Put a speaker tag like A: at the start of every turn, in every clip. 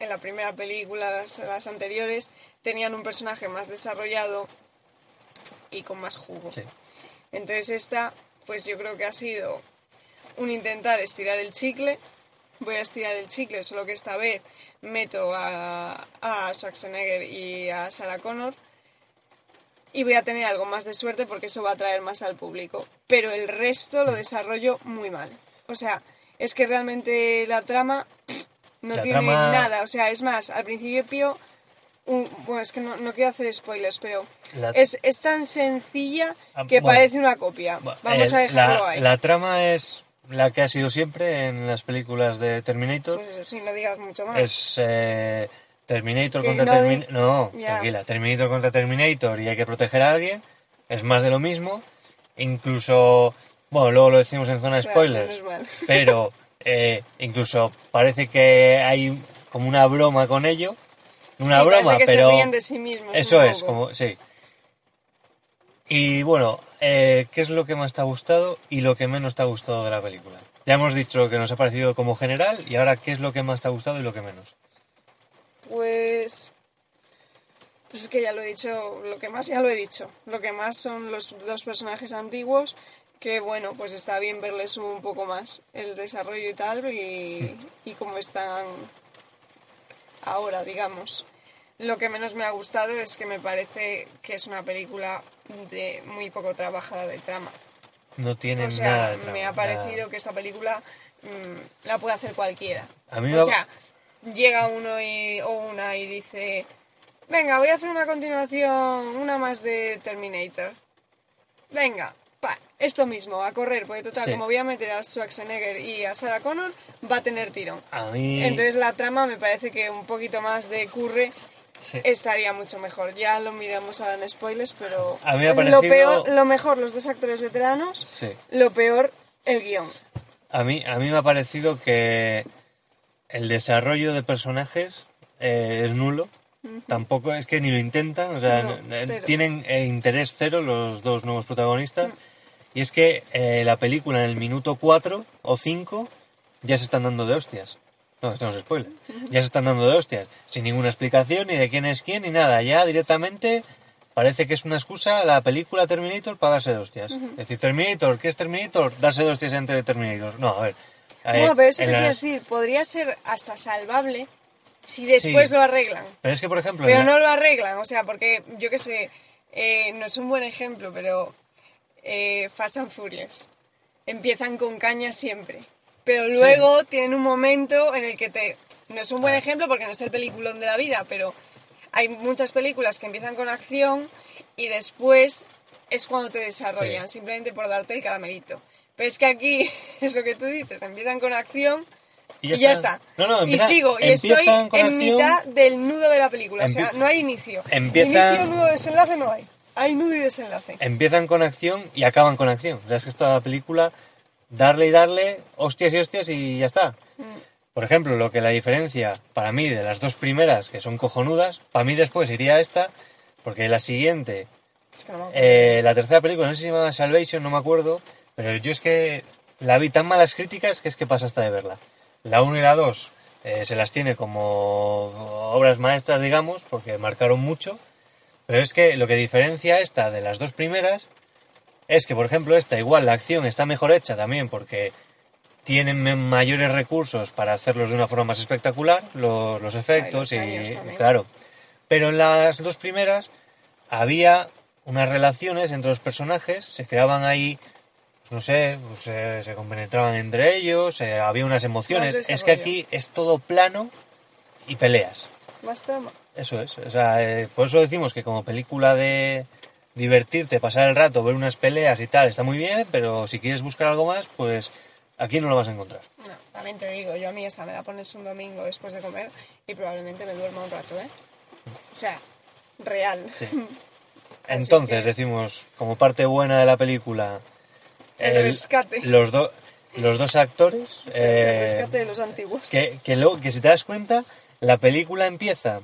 A: en la primera película, las, las anteriores, tenían un personaje más desarrollado y con más jugo.
B: sí.
A: Entonces esta, pues yo creo que ha sido un intentar estirar el chicle. Voy a estirar el chicle, solo que esta vez meto a, a Schwarzenegger y a Sarah Connor. Y voy a tener algo más de suerte porque eso va a atraer más al público. Pero el resto lo desarrollo muy mal. O sea, es que realmente la trama pff, no
B: La
A: tiene
B: trama-
A: nada. O sea, es más, al principio... un- bueno, es que no, no quiero hacer spoilers, pero
B: La-
A: es, es tan sencilla
B: Ah,
A: que
B: bueno.
A: parece una copia.
B: Bueno,
A: Vamos
B: el-
A: a dejarlo
B: la,
A: ahí.
B: la trama es la que ha sido siempre en las películas de Terminator.
A: Pues eso sí, no digas mucho más.
B: es eh, Terminator
A: Que
B: contra
A: no di-
B: Terminator. No,
A: Ya.
B: tranquila, Terminator contra Terminator y hay que proteger a alguien. Es más de lo mismo. Incluso, bueno, luego lo decimos en zona de
A: Claro,
B: spoilers,
A: menos mal.
B: pero eh, incluso parece que hay como una broma con ello. Una
A: Sí, parece
B: broma,
A: que se
B: pero.
A: ríen de sí mismos
B: Eso
A: un
B: es,
A: poco.
B: como, sí. Y bueno, eh, ¿qué es lo que más te ha gustado y lo que menos te ha gustado de la película? Ya hemos dicho lo que nos ha parecido como general y ahora ¿qué es lo que más te ha gustado y lo que menos?
A: Pues. Pues es que ya lo he dicho, lo que más ya lo he dicho. Lo que más son los dos personajes antiguos, que bueno, pues está bien verles un poco más el desarrollo y tal, y, y cómo están ahora, digamos. Lo que menos me ha gustado es que me parece que es una película de muy poco trabajada de trama.
B: No tiene
A: O sea,
B: nada. de trama,
A: me ha
B: nada.
A: parecido que esta película mm, la puede hacer cualquiera.
B: A mí me
A: o
B: ha-
A: sea, llega uno y- o una y dice, venga, voy a hacer una continuación, una más de Terminator. Venga, pa, esto mismo, a correr, porque total,
B: Sí.
A: como voy a meter a Schwarzenegger y a Sarah Connor, va a tener tirón.
B: A mí.
A: Entonces la trama me parece que un poquito más de curre
B: sí.
A: estaría mucho mejor. Ya lo miramos ahora en spoilers, pero
B: A mí me ha
A: lo
B: parecido-
A: peor, lo mejor, los dos actores veteranos,
B: Sí.
A: lo peor, el guión.
B: A mí, a mí me ha parecido que el desarrollo de personajes eh, es nulo. Tampoco es que ni lo intentan, o sea,
A: No,
B: n- n-
A: cero. Mm.
B: tienen eh, interés cero los dos nuevos protagonistas. Y es que eh, la película en el minuto 4 o 5 ya se están dando de hostias. No, esto no es spoiler. Ya se están dando de hostias, sin ninguna explicación ni de quién es quién ni nada. Ya directamente parece que es una excusa la película Terminator para darse de hostias. Es decir, Terminator, ¿qué es Terminator? Darse de hostias entre Terminator. No, a ver. eh,
A: no, pero eso
B: en
A: te quiero
B: las-
A: decir, podría ser hasta salvable si después
B: Sí.
A: lo arreglan.
B: Pero es que, por ejemplo, en
A: Pero
B: la-
A: no lo arreglan, o sea, porque yo qué sé, eh, no es un buen ejemplo, pero eh, Fast and Furious. Empiezan con caña siempre, pero luego tienen un momento en el que te... No es un
B: Ah.
A: buen ejemplo porque no es el peliculón de la vida, pero hay muchas películas que empiezan con acción y después es cuando te desarrollan,
B: Sí.
A: simplemente por darte el caramelito. Pero es que aquí es lo que tú dices, empiezan con acción y ya, está.
B: No, no, empieza-
A: y sigo, y
B: empiezan
A: estoy en
B: con acción-
A: mitad del nudo de la película. O sea,
B: Empie-
A: no hay inicio.
B: empiezan- Em-
A: Inicio, nudo, desenlace no hay. Hay nudo y desenlace.
B: empiezan con acción y acaban con acción. O sea, es que esta película, darle y darle, hostias y hostias y ya está. Por ejemplo, lo que la diferencia para mí de las dos primeras, que son cojonudas, para mí después iría esta, porque la siguiente,
A: Es que no me acuerdo.
B: eh, la tercera película, no sé si se llamaba Salvation, no me acuerdo, pero yo es que la vi tan malas críticas que es que pasa hasta de verla. La 1 y la 2 eh, se las tiene como obras maestras, digamos, porque marcaron mucho, pero es que lo que diferencia esta de las dos primeras es que, por ejemplo, esta igual la acción está mejor hecha también porque tienen me- mayores recursos para hacerlos de una forma más espectacular, los, los efectos
A: Ay, los
B: y
A: años también.
B: claro. Pero en las dos primeras había unas relaciones entre los personajes, se creaban ahí, pues no sé, pues, eh, se compenetraban entre ellos, eh, había unas emociones. Es que
A: desarrollo.
B: aquí es todo plano y peleas.
A: Más trama.
B: Eso es, o sea, eh, por eso decimos que como película de divertirte, pasar el rato, ver unas peleas y tal, está muy bien, pero si quieres buscar algo más, pues aquí no lo vas a encontrar.
A: No, también te digo, yo a mí esta me la pones un domingo después de comer y probablemente me duerma un rato, ¿eh? O sea, real.
B: Sí.
A: Así
B: Entonces
A: que-
B: decimos, como parte buena de la película,
A: El rescate.
B: Los, do- los dos actores,
A: O sea, es el
B: eh,
A: rescate de los antiguos.
B: que, que luego, que si te das cuenta, la película empieza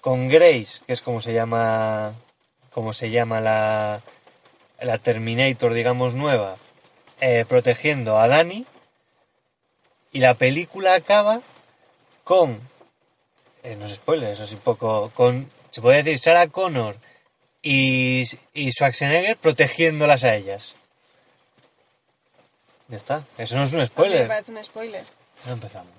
B: con Grace, que es como se llama, como se llama la, la Terminator, digamos, nueva, eh, protegiendo a Dani. Y la película acaba con, eh, no es spoiler, eso es un poco, con, se puede decir, Sarah Connor y, y Schwarzenegger protegiéndolas a ellas. Ya está, eso no es un
A: A mí Me
B: spoiler.
A: parece un spoiler.
B: Ya empezamos.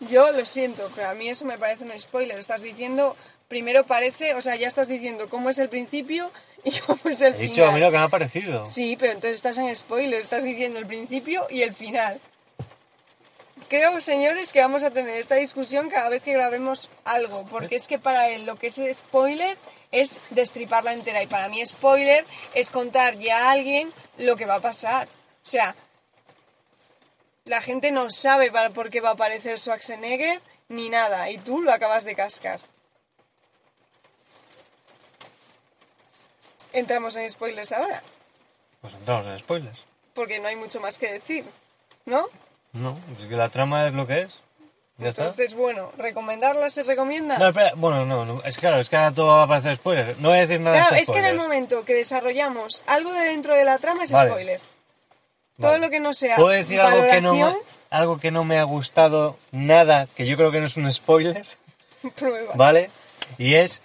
A: Yo lo siento, pero a mí eso me parece un spoiler. Estás diciendo, primero parece, o sea, ya estás diciendo cómo es el principio y cómo es el
B: He
A: final.
B: dicho a mí lo que me ha parecido.
A: Sí, pero entonces estás en spoiler, estás diciendo el principio y el final. Creo, señores, que vamos a tener esta discusión cada vez que grabemos algo, porque es que para él lo que es spoiler es destriparla entera y para mí spoiler es contar ya a alguien lo que va a pasar. O sea, la gente no sabe para- por qué va a aparecer Schwarzenegger ni nada, y tú lo acabas de cascar. Entramos en spoilers ahora,
B: Pues entramos en spoilers.
A: porque no hay mucho más que decir, ¿no?
B: No, es que la trama es lo que es. Ya
A: Entonces, bueno, ¿recomendarla se recomienda?
B: está. No, espera, bueno, no, no, es claro, es que ahora todo va a parecer spoiler. No voy a decir nada
A: Claro,
B: de
A: es que en
B: spoilers.
A: el momento que desarrollamos algo de dentro de la trama es
B: Vale.
A: spoiler.
B: Vale.
A: Todo lo que no sea
B: ¿Puedo decir algo que, no me,
A: valoración,
B: algo que no me ha gustado nada, que yo creo que no es un spoiler,
A: prueba.
B: ¿vale? Y es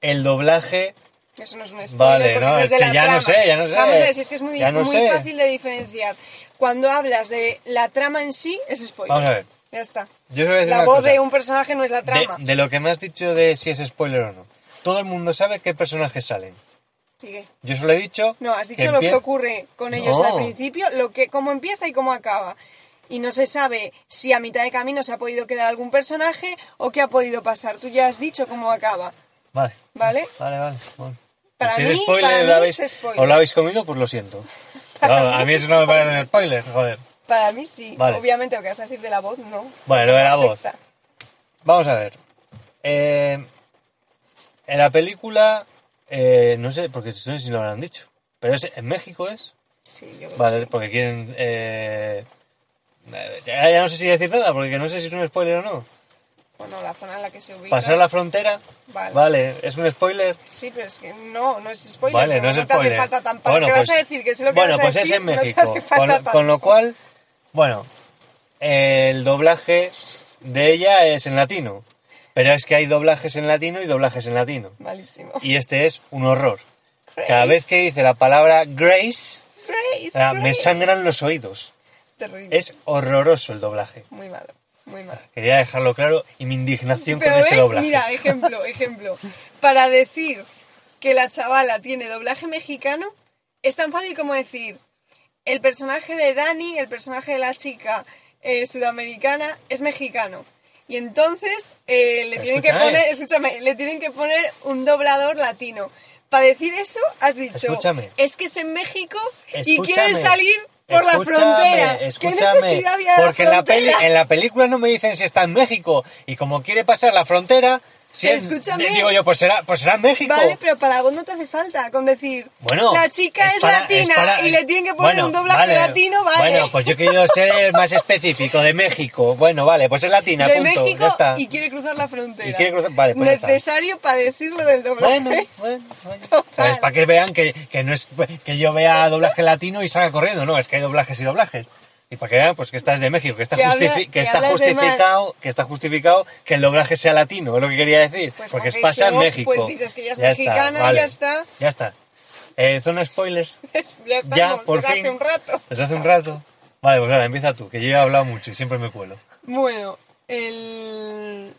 B: el doblaje
A: Eso no es un spoiler.
B: Vale,
A: porque
B: no,
A: es
B: es
A: de
B: que
A: la
B: ya no
A: trama.
B: sé, ya no sé.
A: Vamos a ver, si es que es muy,
B: Ya no
A: muy
B: sé.
A: fácil de diferenciar. Cuando hablas de la trama en sí, es spoiler.
B: Vamos a ver.
A: Ya está.
B: Yo os voy a decir
A: La
B: una
A: voz
B: cosa.
A: de un personaje no es la
B: de,
A: trama.
B: de lo que me has dicho de si es spoiler o no. Todo el mundo sabe qué personajes salen.
A: ¿Y qué?
B: Yo solo he dicho...
A: No, has dicho
B: que
A: lo que
B: empie-
A: ocurre con ellos
B: No.
A: al principio, lo que cómo empieza y cómo acaba. Y no se sabe si a mitad de camino se ha podido quedar algún personaje o qué ha podido pasar. Tú ya has dicho cómo acaba,
B: Vale,
A: ¿vale?
B: vale, vale. bueno.
A: Para
B: si
A: mí-
B: es spoiler,
A: para
B: o
A: mí
B: lo habéis,
A: es spoiler.
B: o lo habéis comido, pues lo siento.
A: Para
B: No, a
A: mí
B: mí
A: es
B: eso no me parece un spoiler, joder.
A: Para mí sí.
B: Vale.
A: Obviamente lo que vas a decir de la voz, no.
B: Vale, lo de la voz.
A: Afecta.
B: Vamos a ver. Eh, en la película, eh, no sé, porque no sé si lo habrán dicho, pero es, en México es.
A: Sí, yo creo
B: Vale,
A: que sí.
B: porque quieren... eh, eh, ya ya no sé si decir nada, porque no sé si es un spoiler o no.
A: Bueno, la zona en la que se ubica.
B: Pasar la frontera,
A: Vale.
B: vale, es un spoiler.
A: Sí, pero es que no, no es spoiler.
B: Vale,
A: pero
B: no es
A: te hace
B: spoiler.
A: falta tampoco.
B: Bueno,
A: ¿Qué
B: pues-
A: vas a decir? Que es lo que vas
B: bueno,
A: a
B: pues
A: decir,
B: es en
A: no te
B: México.
A: hace falta
B: Con, con lo
A: tanto.
B: cual, bueno, el doblaje de ella es en latino. Pero es que hay doblajes en latino y doblajes en latino.
A: Malísimo.
B: Y este es un horror. Cada vez que dice la palabra Grace,
A: Grace,
B: ah, me
A: Grace.
B: sangran los oídos.
A: Terrible.
B: Es horroroso el doblaje.
A: Muy malo, muy malo.
B: Quería dejarlo claro y mi indignación
A: Pero
B: con ese
A: ves,
B: doblaje.
A: mira, ejemplo, ejemplo. Para decir que la chavala tiene doblaje mexicano, es tan fácil como decir el personaje de Dani, el personaje de la chica eh, sudamericana, es mexicano. Y entonces eh, le tienen que
B: Escúchame.
A: poner, escúchame, le tienen que poner un doblador latino. Para decir eso, has dicho,
B: Escúchame.
A: es que es en México y
B: Escúchame,
A: quieren salir por la
B: escúchame,
A: frontera. ¿Qué
B: Escúchame,
A: necesidad había de
B: porque en, la peli-
A: frontera?
B: en la película no me dicen si está en México y como quiere pasar la frontera, si
A: Pero
B: es-
A: escúchame.
B: digo yo, pues será, pues será en México.
A: Vale, pero para vos no te hace falta con decir
B: Bueno,
A: la chica es,
B: para-
A: latina
B: es para-
A: y le tienen que poner
B: Bueno,
A: un doblaje
B: vale.
A: latino, vale.
B: Bueno, pues yo he querido ser más específico, de México. Bueno, vale, pues es latina,
A: de
B: punto.
A: México
B: ya está.
A: y quiere cruzar la frontera.
B: Y quiere cruzar- vale, pues ya está.
A: Necesario para decirlo del doblaje.
B: Bueno, bueno, bueno.
A: Total.
B: Pues para que vean que, que no es que yo vea doblaje latino y salga corriendo, no, es que hay doblajes y doblajes. Y para que vean pues que estás de México, que está,
A: Que habla-
B: justifi-
A: que
B: que está
A: hablas de más.
B: justificado, que está justificado que el doblaje sea latino, es lo que quería decir,
A: Pues
B: porque
A: porque
B: pasa
A: si
B: en
A: no,
B: México.
A: pues dices que ya es mexicana, ya está.
B: Ya está. Eh, zona spoilers.
A: ya estamos,
B: Ya, por
A: desde
B: fin.
A: hace un rato.
B: Desde hace un rato. Vale, pues ahora empieza tú, que yo he hablado mucho y siempre me cuelo.
A: Bueno, el,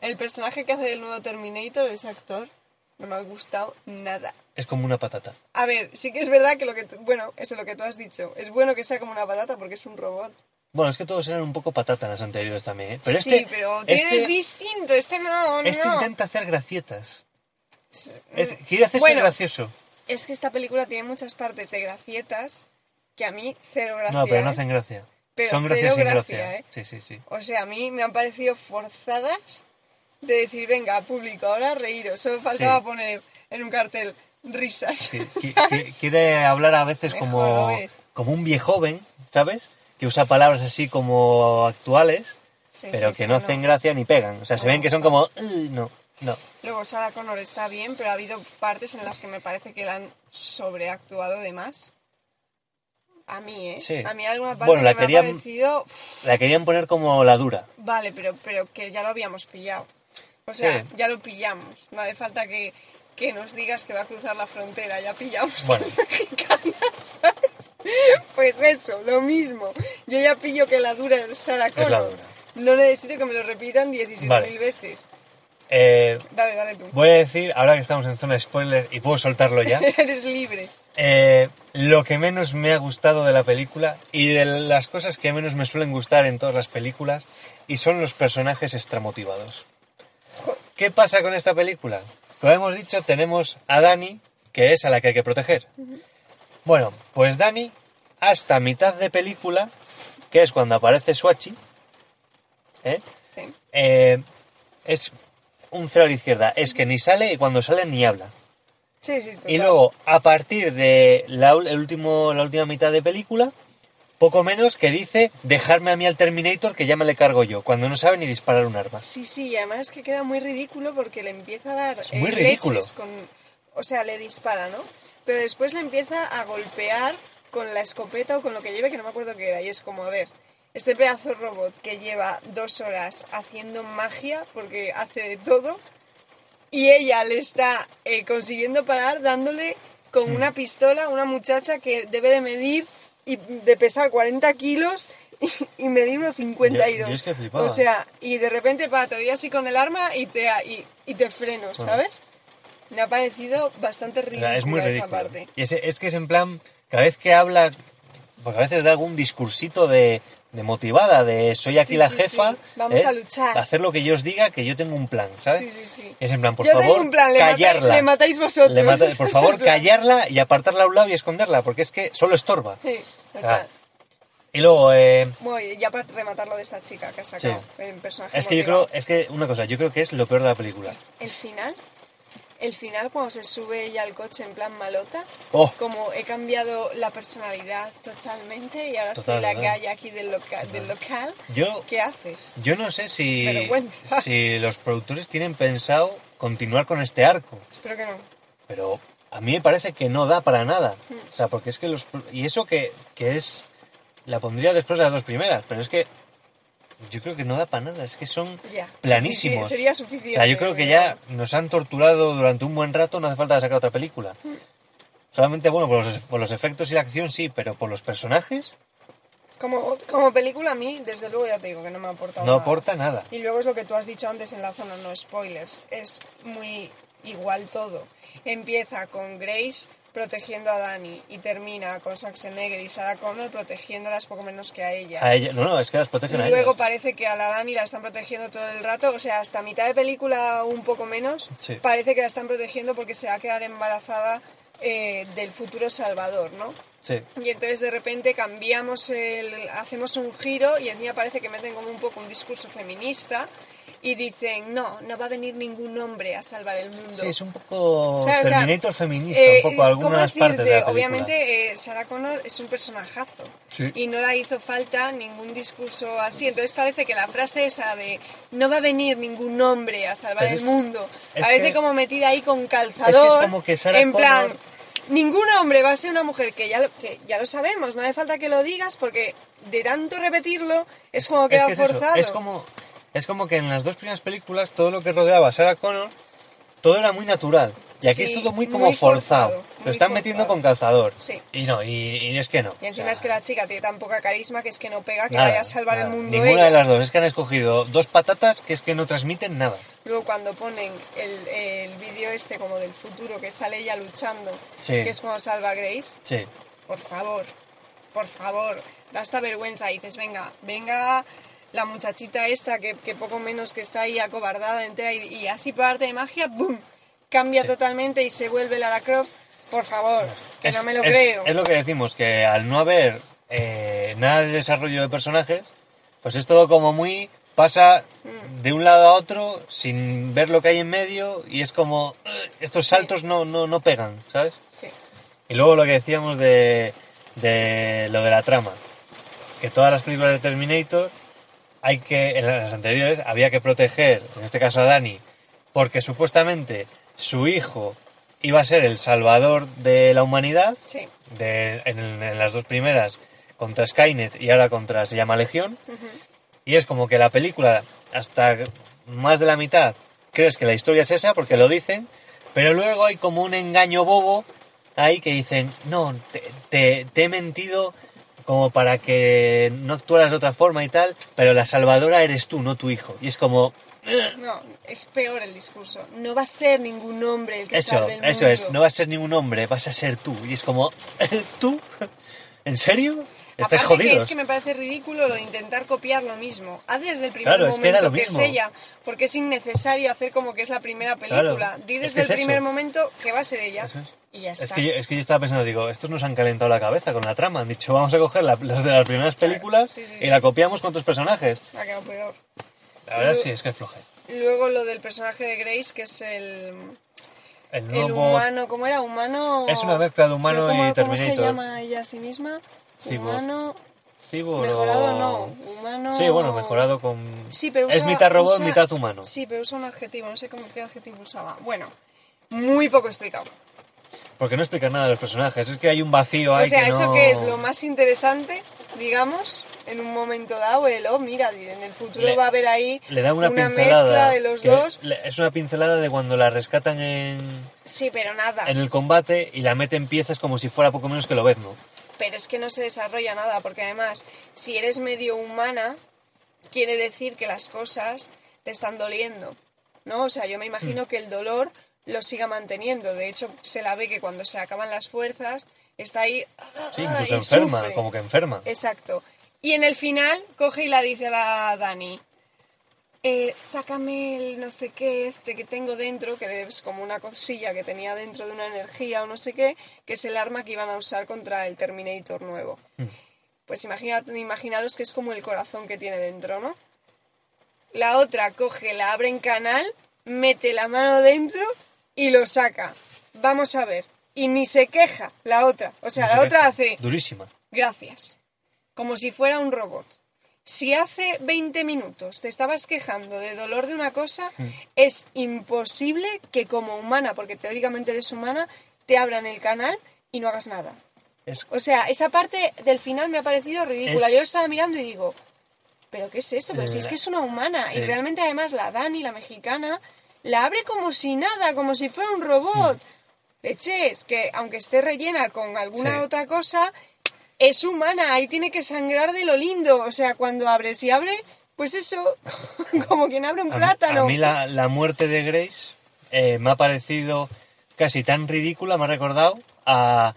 A: el personaje que hace el nuevo Terminator, ese actor, no me ha gustado nada.
B: Es como una patata.
A: A ver, sí que es verdad que lo que... tú- Bueno, eso es lo que tú has dicho. Es bueno que sea como una patata porque es un robot.
B: Bueno, es que todos eran un poco patata en las anteriores también, ¿eh? Pero
A: sí,
B: este,
A: pero tienes
B: este,
A: distinto. Este no,
B: este
A: no.
B: intenta hacer gracietas. Es,
A: Mm,
B: quiere hacerse
A: bueno,
B: gracioso.
A: Es que esta película tiene muchas partes de gracietas que a mí cero gracia.
B: no, pero no
A: ¿eh?
B: hacen gracia.
A: Pero
B: Son
A: cero
B: gracias sin
A: gracia,
B: gracia.
A: ¿eh?
B: Sí, sí, sí.
A: O sea, a mí me han parecido forzadas de decir, venga, público, ahora reíros. Solo faltaba
B: Sí.
A: poner en un cartel risas.
B: Qui- qui- qui- Quiere hablar a veces
A: Mejor
B: como,
A: lo es.
B: como un viejo joven, ¿sabes? Que usa palabras así como actuales,
A: Sí,
B: pero
A: sí,
B: que
A: sí,
B: no hacen gracia ni pegan. O sea, se
A: No,
B: ven que son
A: no.
B: como... "Uh, No, no.
A: Luego Sarah Connor está bien, pero ha habido partes en las que me parece que la han sobreactuado de más. A mí, ¿eh?
B: Sí.
A: A mí alguna parte
B: Bueno, la
A: que
B: querían-
A: me ha parecido... "Uf,
B: La querían poner como la dura.
A: Vale, pero, pero que ya lo habíamos pillado. O sea,
B: Sí.
A: ya lo pillamos. No hace falta que, que nos digas que va a cruzar la frontera. Ya pillamos
B: Bueno.
A: a la mexicana. pues eso, lo mismo. Yo ya pillo que la dura es Sarah Connor.
B: la dura.
A: No necesito que me lo repitan 17.000
B: Vale.
A: veces.
B: Eh,
A: Dale, dale tú.
B: voy a decir, ahora que estamos en zona spoiler y puedo soltarlo ya,
A: Eres libre.
B: eh, lo que menos me ha gustado de la película y de las cosas que menos me suelen gustar en todas las películas y son los personajes extramotivados. ¿Qué pasa con esta película? Como hemos dicho, tenemos a Dani, que es a la que hay que proteger. Bueno, pues Dani, hasta mitad de película, que es cuando aparece Swatchi, ¿eh?
A: Sí.
B: Eh, es un cero a la izquierda. Es que ni sale y cuando sale ni habla.
A: Sí, sí, total.
B: Y luego, a partir de la, ul- el último, la última mitad de película, poco menos que dice dejarme a mí al Terminator que ya me le cargo yo, cuando no sabe ni disparar un arma.
A: Sí, sí, y además es que queda muy ridículo porque le empieza a dar
B: Es muy
A: eh,
B: ridículo.
A: leches con o sea, le dispara, ¿no? Pero después le empieza a golpear con la escopeta o con lo que lleve que no me acuerdo qué era y es como, a ver, este pedazo de robot que lleva dos horas haciendo magia porque hace de todo y ella le está eh, consiguiendo parar dándole con
B: Hmm.
A: una pistola a una muchacha que debe de medir y de pesar 40 kilos y, y medir unos 52.
B: Yo- yo es que flipaba.
A: O sea, y de repente pa, te doy así con el arma y te, y, y te freno, ¿sabes? Me ha parecido bastante
B: O
A: ridícula
B: sea, es muy
A: esa
B: ridículo.
A: parte.
B: Y es, es que es en plan, cada vez que habla, porque a veces da algún discursito de, de motivada, de soy aquí
A: Sí,
B: la
A: sí,
B: jefa. ¿eh?
A: sí. Vamos a luchar.
B: Hacer lo que yo os diga, que yo tengo un plan, ¿sabes?
A: Sí, sí, sí.
B: Es en plan, por
A: Yo
B: favor,
A: tengo un plan, le, mata-
B: callarla.
A: le matáis vosotros.
B: Le mata-
A: Es
B: por
A: en
B: favor,
A: plan-
B: callarla y apartarla a un lado y esconderla, porque es que solo estorba.
A: Sí,
B: Ah.
A: total.
B: Y luego, eh,
A: Bueno, y ya para rematarlo de esta chica que ha sacado el personaje.
B: es que yo
A: motivado.
B: creo, es que una cosa, yo creo que es lo peor de la película.
A: El final, el final cuando se sube ella al coche en plan malota,
B: Oh.
A: como he cambiado la personalidad totalmente y ahora
B: Total,
A: soy la
B: ¿verdad?
A: galla aquí del, loca- del local,
B: Yo,
A: ¿qué haces?
B: yo no sé si,
A: Vergüenza.
B: si los productores tienen pensado continuar con este arco,
A: Espero que no.
B: pero a mí me parece que no da para nada. O sea, porque es que los... Y eso que, que es... La pondría después de las dos primeras, pero es que yo creo que no da para nada, es que son
A: Ya.
B: planísimos.
A: Sufici- Sería suficiente.
B: O sea, yo creo que ya nos han torturado durante un buen rato, no hace falta sacar otra película. Solamente, bueno, por los, por los efectos y la acción sí, pero por los personajes
A: Como, como película a mí, desde luego ya te digo que no me ha aportado
B: no
A: nada.
B: aporta nada.
A: Y luego es lo que tú has dicho antes en la zona no spoilers. Es muy igual todo. Empieza con Grace protegiendo a Dani y termina con Schwarzenegger y Sarah Connor protegiéndolas poco menos que a ellas.
B: A ella, no, no, es que las
A: Y
B: protegen a
A: luego
B: ellas.
A: parece que a la Dani la están protegiendo todo el rato, o sea, hasta mitad de película un poco menos,
B: Sí.
A: parece que la están protegiendo porque se va a quedar embarazada eh, del futuro Salvador, ¿no?
B: Sí.
A: Y entonces de repente cambiamos el, hacemos un giro y encima parece que meten como un poco un discurso feminista y dicen, no, no va a venir ningún hombre a salvar el mundo.
B: Sí, es un poco
A: O sea, o sea,
B: Terminator feminista,
A: Eh,
B: un poco
A: ¿cómo
B: algunas
A: decirte?
B: partes de la película.
A: Obviamente, eh, Sarah Connor es un personajazo
B: Sí.
A: y no la hizo falta ningún discurso así. Entonces parece que la frase esa de no va a venir ningún hombre a salvar
B: Pero
A: el
B: es-
A: mundo
B: es
A: parece
B: que-
A: como metida ahí con calzador.
B: como que Sarah
A: en plan,
B: Connor-
A: ningún hombre va a ser una mujer que ya lo, que ya lo sabemos. No hace falta que lo digas porque de tanto repetirlo es como
B: es
A: queda
B: que es eso,
A: forzado.
B: es como, es como que en las dos primeras películas todo lo que rodeaba a Sarah Connor, todo era muy natural. Y aquí
A: Sí,
B: es todo muy como
A: muy
B: forzado.
A: forzado,
B: Lo
A: muy
B: están metiendo
A: forzado.
B: con calzador.
A: Sí.
B: Y no, y, y es que no.
A: Y encima
B: O sea,
A: es que la chica tiene tan poca carisma que es que no pega que
B: nada,
A: vaya a salvar
B: nada.
A: el mundo.
B: Ninguna
A: ella.
B: de las dos. Es que han escogido dos patatas que es que no transmiten nada.
A: Luego cuando ponen el, el vídeo este como del futuro que sale ella luchando,
B: Sí.
A: que es como salva a Grace,
B: Sí.
A: por favor, por favor, da esta vergüenza y dices, venga, venga la muchachita esta que, que poco menos que está ahí acobardada entera y, y así por arte de magia, ¡boom! Cambia
B: Sí.
A: totalmente y se vuelve Lara Croft, por favor, que
B: Es-
A: no me lo
B: es-
A: creo.
B: Es lo que decimos, que al no haber eh, nada de desarrollo de personajes, pues es todo como muy... pasa
A: Mm.
B: de un lado a otro sin ver lo que hay en medio y es como... "Ugh", estos saltos no, no, no pegan, ¿sabes?
A: Sí.
B: Y luego lo que decíamos de, de lo de la trama. Que todas las películas de Terminator, hay que, en las anteriores, había que proteger, en este caso a Dani, porque supuestamente su hijo iba a ser el salvador de la humanidad,
A: Sí.
B: de- en, en las dos primeras contra Skynet y ahora contra se llama Legión. Y es como que la película, hasta más de la mitad, crees que la historia es esa porque lo dicen, pero luego hay como un engaño bobo ahí que dicen, no, te, te- te he mentido como para que no actuaras de otra forma y tal, pero la salvadora eres tú, no tu hijo. Y es como,
A: No, es peor el discurso. No va a ser ningún hombre el que
B: eso,
A: salve el
B: eso es,
A: mundo.
B: no vas a ser ningún hombre, vas a ser tú. Y es como, ¿tú? ¿En serio? Estás
A: Aparte
B: jodido.
A: que es que me parece ridículo lo de intentar copiar lo mismo. Haz desde el primer
B: Claro, es
A: momento
B: que era lo
A: es
B: mismo.
A: ella, porque es innecesario hacer como que es la primera película.
B: Claro,
A: Di
B: es
A: desde
B: que es
A: el
B: eso.
A: primer momento que va a ser ella.
B: Eso es.
A: Y ya está.
B: Es que, yo, es que yo estaba pensando, digo, estos nos han calentado la cabeza con la trama. Han dicho, vamos a coger la- las de las primeras películas
A: Sí, sí,
B: y
A: sí.
B: la copiamos con tus personajes.
A: Ha quedado peor.
B: La verdad sí, es que es floje.
A: Luego lo del personaje de Grace, que es el,
B: El
A: el
B: nuevo...
A: humano, ¿cómo era? Humano.
B: Es una mezcla de humano
A: ¿Pero cómo-
B: y Terminator.
A: ¿Cómo se llama ella a sí misma?
B: Cyborg.
A: Humano.
B: Cyborg o-
A: Mejorado no, humano-
B: Sí, bueno, mejorado con...
A: Sí, pero usa-
B: es mitad robot,
A: usa-
B: mitad humano.
A: Sí, pero usa un adjetivo, no sé cómo, qué adjetivo usaba. Bueno, muy poco explicado.
B: Porque no explica nada de los personajes. Es que hay un vacío
A: O
B: ahí
A: sea,
B: que
A: eso
B: no-
A: que es lo más interesante, digamos, en un momento dado, el, oh, mira, en el futuro
B: Le-
A: va a haber ahí
B: Le da una, pincelada.
A: mezcla de los
B: que
A: dos.
B: le- Es una pincelada de cuando la rescatan en,
A: Sí, pero nada.
B: en el combate y la meten piezas como si fuera poco menos que lo ves, ¿no?
A: Pero es que no se desarrolla nada, porque además, si eres medio humana, quiere decir que las cosas te están doliendo, ¿no? O sea, yo me imagino
B: Mm.
A: que el dolor lo siga manteniendo. De hecho, se la ve que cuando se acaban las fuerzas, está ahí... ah,
B: Sí,
A: ah,
B: incluso
A: y
B: enferma,
A: sufre.
B: como que enferma.
A: Exacto. Y en el final coge y la dice a la Dani. eh, sácame el no sé qué este que tengo dentro, que es como una cosilla que tenía dentro de una energía o no sé qué, que es el arma que iban a usar contra el Terminator nuevo. Pues imagina- imaginaros que es como el corazón que tiene dentro, ¿no? La otra coge, la abre en canal, mete la mano dentro y lo saca. Vamos a ver. Y ni se queja la otra. O sea,
B: No sé
A: la
B: qué
A: otra
B: es.
A: hace...
B: Durísima.
A: Gracias. Como si fuera un robot. Si hace 20 minutos te estabas quejando de dolor de una cosa, es imposible que como humana, porque teóricamente eres humana, te abran el canal y no hagas nada.
B: Es,
A: O sea, esa parte del final me ha parecido ridícula.
B: Es-
A: Yo lo estaba mirando y digo, ¿pero qué es esto? Pero si es
B: La-
A: que es una humana.
B: Sí.
A: Y realmente además la Dani, la mexicana, la abre como si nada, como si fuera un robot.
B: Mm.
A: Leches, que aunque esté rellena con alguna
B: Sí.
A: otra cosa, es humana. Ahí tiene que sangrar de lo lindo. O sea, cuando abres y abre, pues eso, como quien abre un
B: a mí-
A: plátano.
B: A mí la, la muerte de Grace eh, me ha parecido casi tan ridícula, me ha recordado a,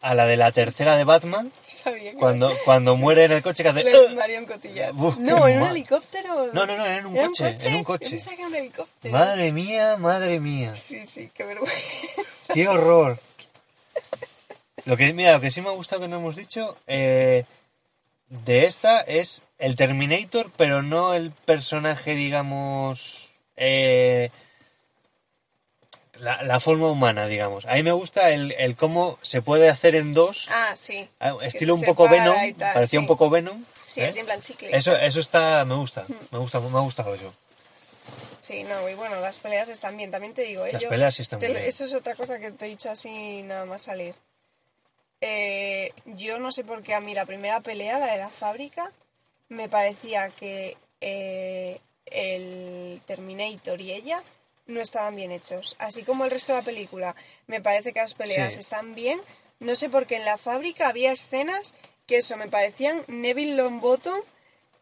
B: a la de la tercera de Batman,
A: Sabía que-
B: cuando, cuando muere en el coche que hace...
A: Le
B: "Ugh".
A: Marion Cotillard.
B: Uf,
A: no,
B: qué
A: en un
B: mal.
A: helicóptero.
B: No, no, no, era en un coche, en un coche.
A: Yo pensaba que era un helicóptero.
B: Madre mía, madre mía.
A: Sí, sí, qué vergüenza.
B: ¡Qué horror! Lo que, mira, lo que sí me ha gustado que no hemos dicho eh, de esta es el Terminator, pero no el personaje, digamos. eh, la, la forma humana, digamos. A mí me gusta el, el cómo se puede hacer en dos.
A: Ah, sí.
B: ah,
A: Que
B: Estilo
A: se
B: un poco
A: separa
B: Venom,
A: y tal, sí.
B: parecía un poco Venom.
A: Sí,
B: ¿eh?
A: así en plan Hmm. chicle.
B: Eso, eso está, me gusta, me gusta, me ha gustado eso.
A: Sí, no, y bueno, las peleas están bien, también te digo. ¿eh?
B: Las
A: Yo-
B: peleas sí están
A: te-
B: muy bien.
A: Eso es otra cosa que te he dicho así nada más salir. Eh, yo no sé por qué a mí la primera pelea, la de la fábrica, me parecía que eh, el Terminator y ella no estaban bien hechos. Así como el resto de la película, me parece que las peleas
B: Sí.
A: están bien. No sé por qué en la fábrica había escenas que eso me parecían Neville Longbottom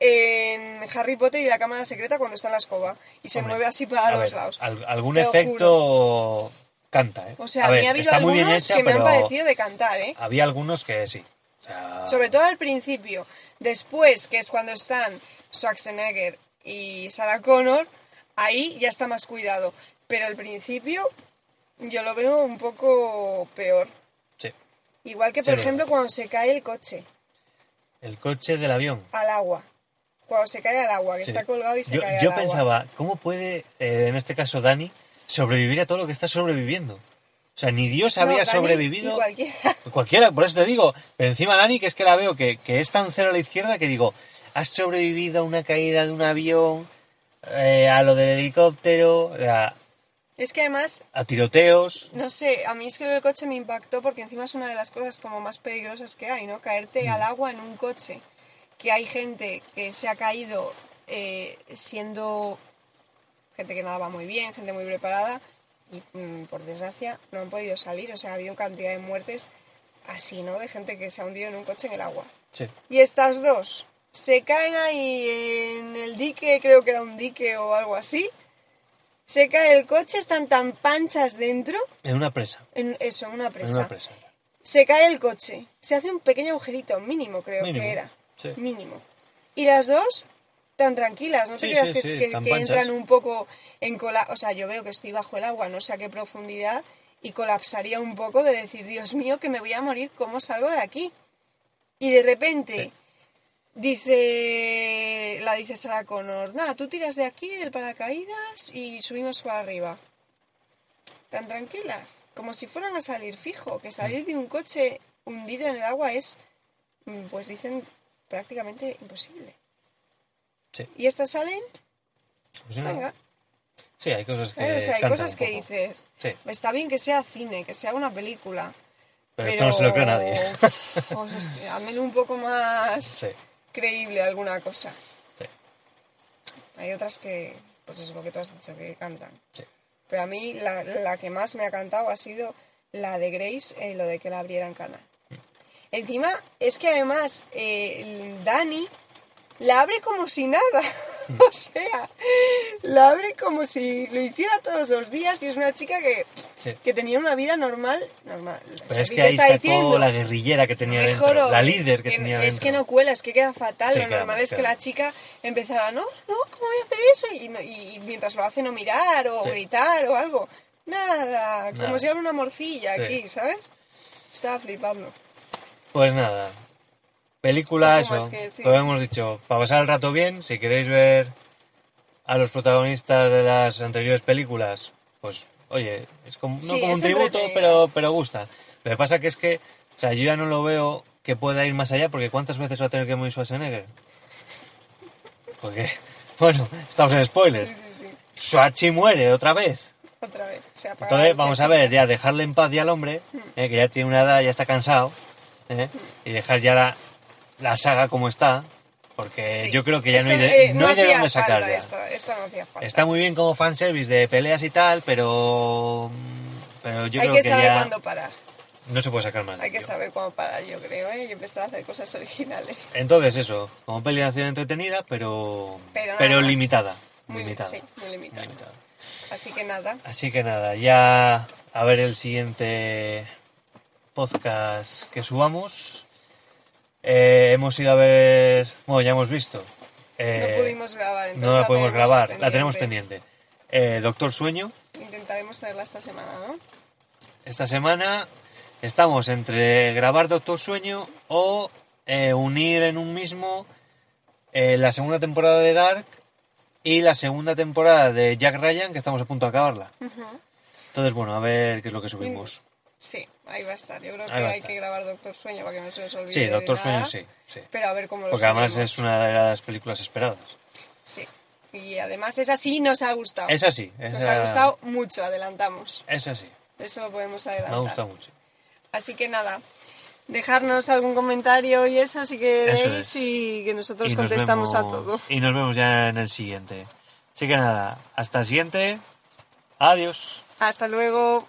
A: en Harry Potter y la cámara secreta cuando está en la escoba y se
B: Hombre,
A: mueve así para
B: a
A: los
B: ver,
A: lados.
B: al- algún
A: Te lo
B: efecto canta, ¿eh?
A: O sea,
B: A
A: a
B: ver,
A: mí ha habido
B: está muy
A: algunos
B: bien hecha,
A: que me
B: pero Ah.
A: han parecido de cantar, ¿eh?
B: había algunos que sí. O sea,
A: Sobre todo al principio. Después, que es cuando están Schwarzenegger y Sarah Connor, ahí ya está más cuidado. Pero al principio yo lo veo un poco peor.
B: sí.
A: Igual que,
B: Sí,
A: por
B: es
A: ejemplo, cuando se cae el coche
B: El coche del avión.
A: al agua. Cuando se cae al agua, que
B: Sí.
A: está colgado y se
B: yo
A: cae
B: yo
A: al agua.
B: pensaba, ¿cómo puede, eh, en este caso Dani, sobrevivir a todo lo que está sobreviviviendo? O sea, ni Dios
A: No,
B: había
A: Dani
B: sobrevivido.
A: y cualquiera.
B: Cualquiera, por eso te digo. Pero encima Dani, que es que la veo que, que es tan cero a la izquierda que digo, has sobrevivido a una caída de un avión, eh, a lo del helicóptero, a,
A: Es que además
B: a tiroteos.
A: No sé, a mí es que lo del coche me impactó porque encima es una de las cosas como más peligrosas que hay, ¿no? Caerte al agua en un coche. Que hay gente que se ha caído eh, siendo gente que nadaba muy bien, gente muy preparada y mm, por desgracia no han podido salir. O sea, ha habido cantidad de muertes así, ¿no? De gente que se ha hundido en un coche en el agua.
B: Sí.
A: Y estas dos se caen ahí en el dique, creo que era un dique o algo así. Se cae el coche, están tan panchas dentro
B: En una presa.
A: en eso, en una
B: En
A: presa.
B: una presa.
A: Se cae el coche. Se hace un pequeño agujerito, mínimo creo
B: Mínimo,
A: que era.
B: sí.
A: Mínimo. Y las dos tan tranquilas, no te
B: Sí,
A: creas
B: sí,
A: que,
B: sí,
A: es que-
B: tan
A: que
B: panchas.
A: entran un poco en cola. O sea, yo veo que estoy bajo el agua, no sé a qué profundidad, y colapsaría un poco de decir, Dios mío, que me voy a morir, ¿cómo salgo de aquí? Y de repente
B: Sí.
A: dice, la dice Sarah Connor, nada, tú tiras de aquí, del paracaídas, y subimos para arriba tan tranquilas, como si fueran a salir fijo, que salir de un coche hundido en el agua es, mm, pues dicen, prácticamente imposible.
B: Sí.
A: Y estas salen,
B: Pues no.
A: venga,
B: Sí, hay cosas que.
A: ¿sabes? O sea, hay
B: cantan
A: cosas
B: Eh, un
A: que
B: poco.
A: dices, "Pues
B: Sí,
A: está bien que sea cine, que sea una película. pues
B: pero, esto no se lo cree nadie.
A: Uf, o sea, hazmelo un poco más
B: Sí,
A: creíble alguna cosa.
B: sí,
A: Hay otras que, pues es lo que tú has dicho, que cantan.
B: sí.
A: Pero a mí la, la que más me ha cantado ha sido la de Grace, eh, lo de que la abrieran canal. Encima, es que además eh, Dani la abre como si nada. o sea, la abre como si lo hiciera todos los días y es una chica que,
B: sí.
A: que tenía una vida normal. normal.
B: Pero es
A: Aquí
B: que
A: te
B: ahí
A: está
B: sacó
A: diciendo,
B: la guerrillera que tenía
A: mejor
B: dentro,
A: o-
B: la líder que, tenía
A: Es
B: dentro.
A: que no cuela, es que queda fatal.
B: Sí,
A: lo
B: queda
A: normal
B: mal,
A: es que
B: queda
A: la
B: mal.
A: chica empezara, no, no, ¿cómo voy a hacer eso? Y, no- y- y mientras lo hace no mirar o
B: Sí.
A: gritar o algo. Nada, como
B: Nada.
A: si hubiera una morcilla
B: Sí.
A: aquí, ¿sabes? Estaba flipando.
B: Pues nada, película,
A: Poco más
B: eso,
A: que decir.
B: lo hemos dicho, para pasar el rato bien, si queréis ver a los protagonistas de las anteriores películas, pues oye, es como, no
A: Sí,
B: como
A: es
B: un tributo,
A: entretenido.
B: pero, pero gusta. Lo que pasa que es que, o sea, yo ya no lo veo que pueda ir más allá, porque ¿cuántas veces va a tener que morir Schwarzenegger? Porque, bueno, estamos en spoiler.
A: Sí, sí, sí.
B: Suachi muere otra vez.
A: Otra vez. Se apaga
B: Entonces,
A: el
B: vamos a
A: cerebro.
B: ver, ya dejarle en paz ya al hombre, eh, que ya tiene una edad, ya está cansado, eh, y dejar ya la, la saga como está, porque
A: Sí.
B: eh, yo creo que ya no hay
A: Eso,
B: de,
A: eh,
B: no hay de
A: hacía
B: dónde
A: falta
B: sacar ya.
A: Esta, esta no hacía falta.
B: Está muy bien como fanservice de peleas y tal, pero, pero yo
A: Hay
B: creo
A: que,
B: que
A: saber
B: ya
A: cuándo parar.
B: no se puede sacar más. de
A: Hay que
B: ello.
A: saber cuándo parar, yo creo, ¿eh? Y empezar a hacer cosas originales.
B: Entonces, eso, como pelea de acción entretenida, pero,
A: Pero nada más.
B: limitada.
A: Muy,
B: limitada,
A: sí, muy limitada.
B: limitada.
A: Así que nada.
B: Así que nada, ya a ver el siguiente podcast que subamos. Eh, hemos ido a ver. Bueno, ya hemos visto. Eh,
A: no pudimos grabar, entonces
B: no la podemos
A: tenemos
B: grabar, la tenemos pendiente. Eh, Doctor Sueño,
A: Intentaremos tenerla esta semana, ¿no?
B: esta semana estamos entre grabar Doctor Sueño o eh, unir en un mismo eh, la segunda temporada de Dark y la segunda temporada de Jack Ryan, que estamos a punto de acabarla. Entonces, bueno, a ver qué es lo que subimos.
A: Sí, ahí va a estar. Yo creo que
B: Ahí va a
A: hay
B: estar.
A: que grabar Doctor Sueño para que no se nos olvide.
B: Sí,
A: de
B: Doctor
A: nada.
B: Sueño sí, sí.
A: Pero a ver cómo lo
B: Porque además
A: subimos.
B: es una de las películas esperadas.
A: Sí. Y además esa sí nos ha gustado.
B: Es así,
A: Ah. Nos
B: esa,
A: ha gustado mucho, adelantamos.
B: Es así,
A: Eso lo podemos
B: me
A: adelantar.
B: ha gustado mucho.
A: Así que nada, dejarnos algún comentario y eso si
B: Eso
A: queréis
B: es.
A: y que nosotros
B: Y nos
A: contestamos
B: vemos-
A: a todo.
B: Y nos vemos ya en el siguiente. Así que nada, hasta el siguiente. Adiós.
A: Hasta luego.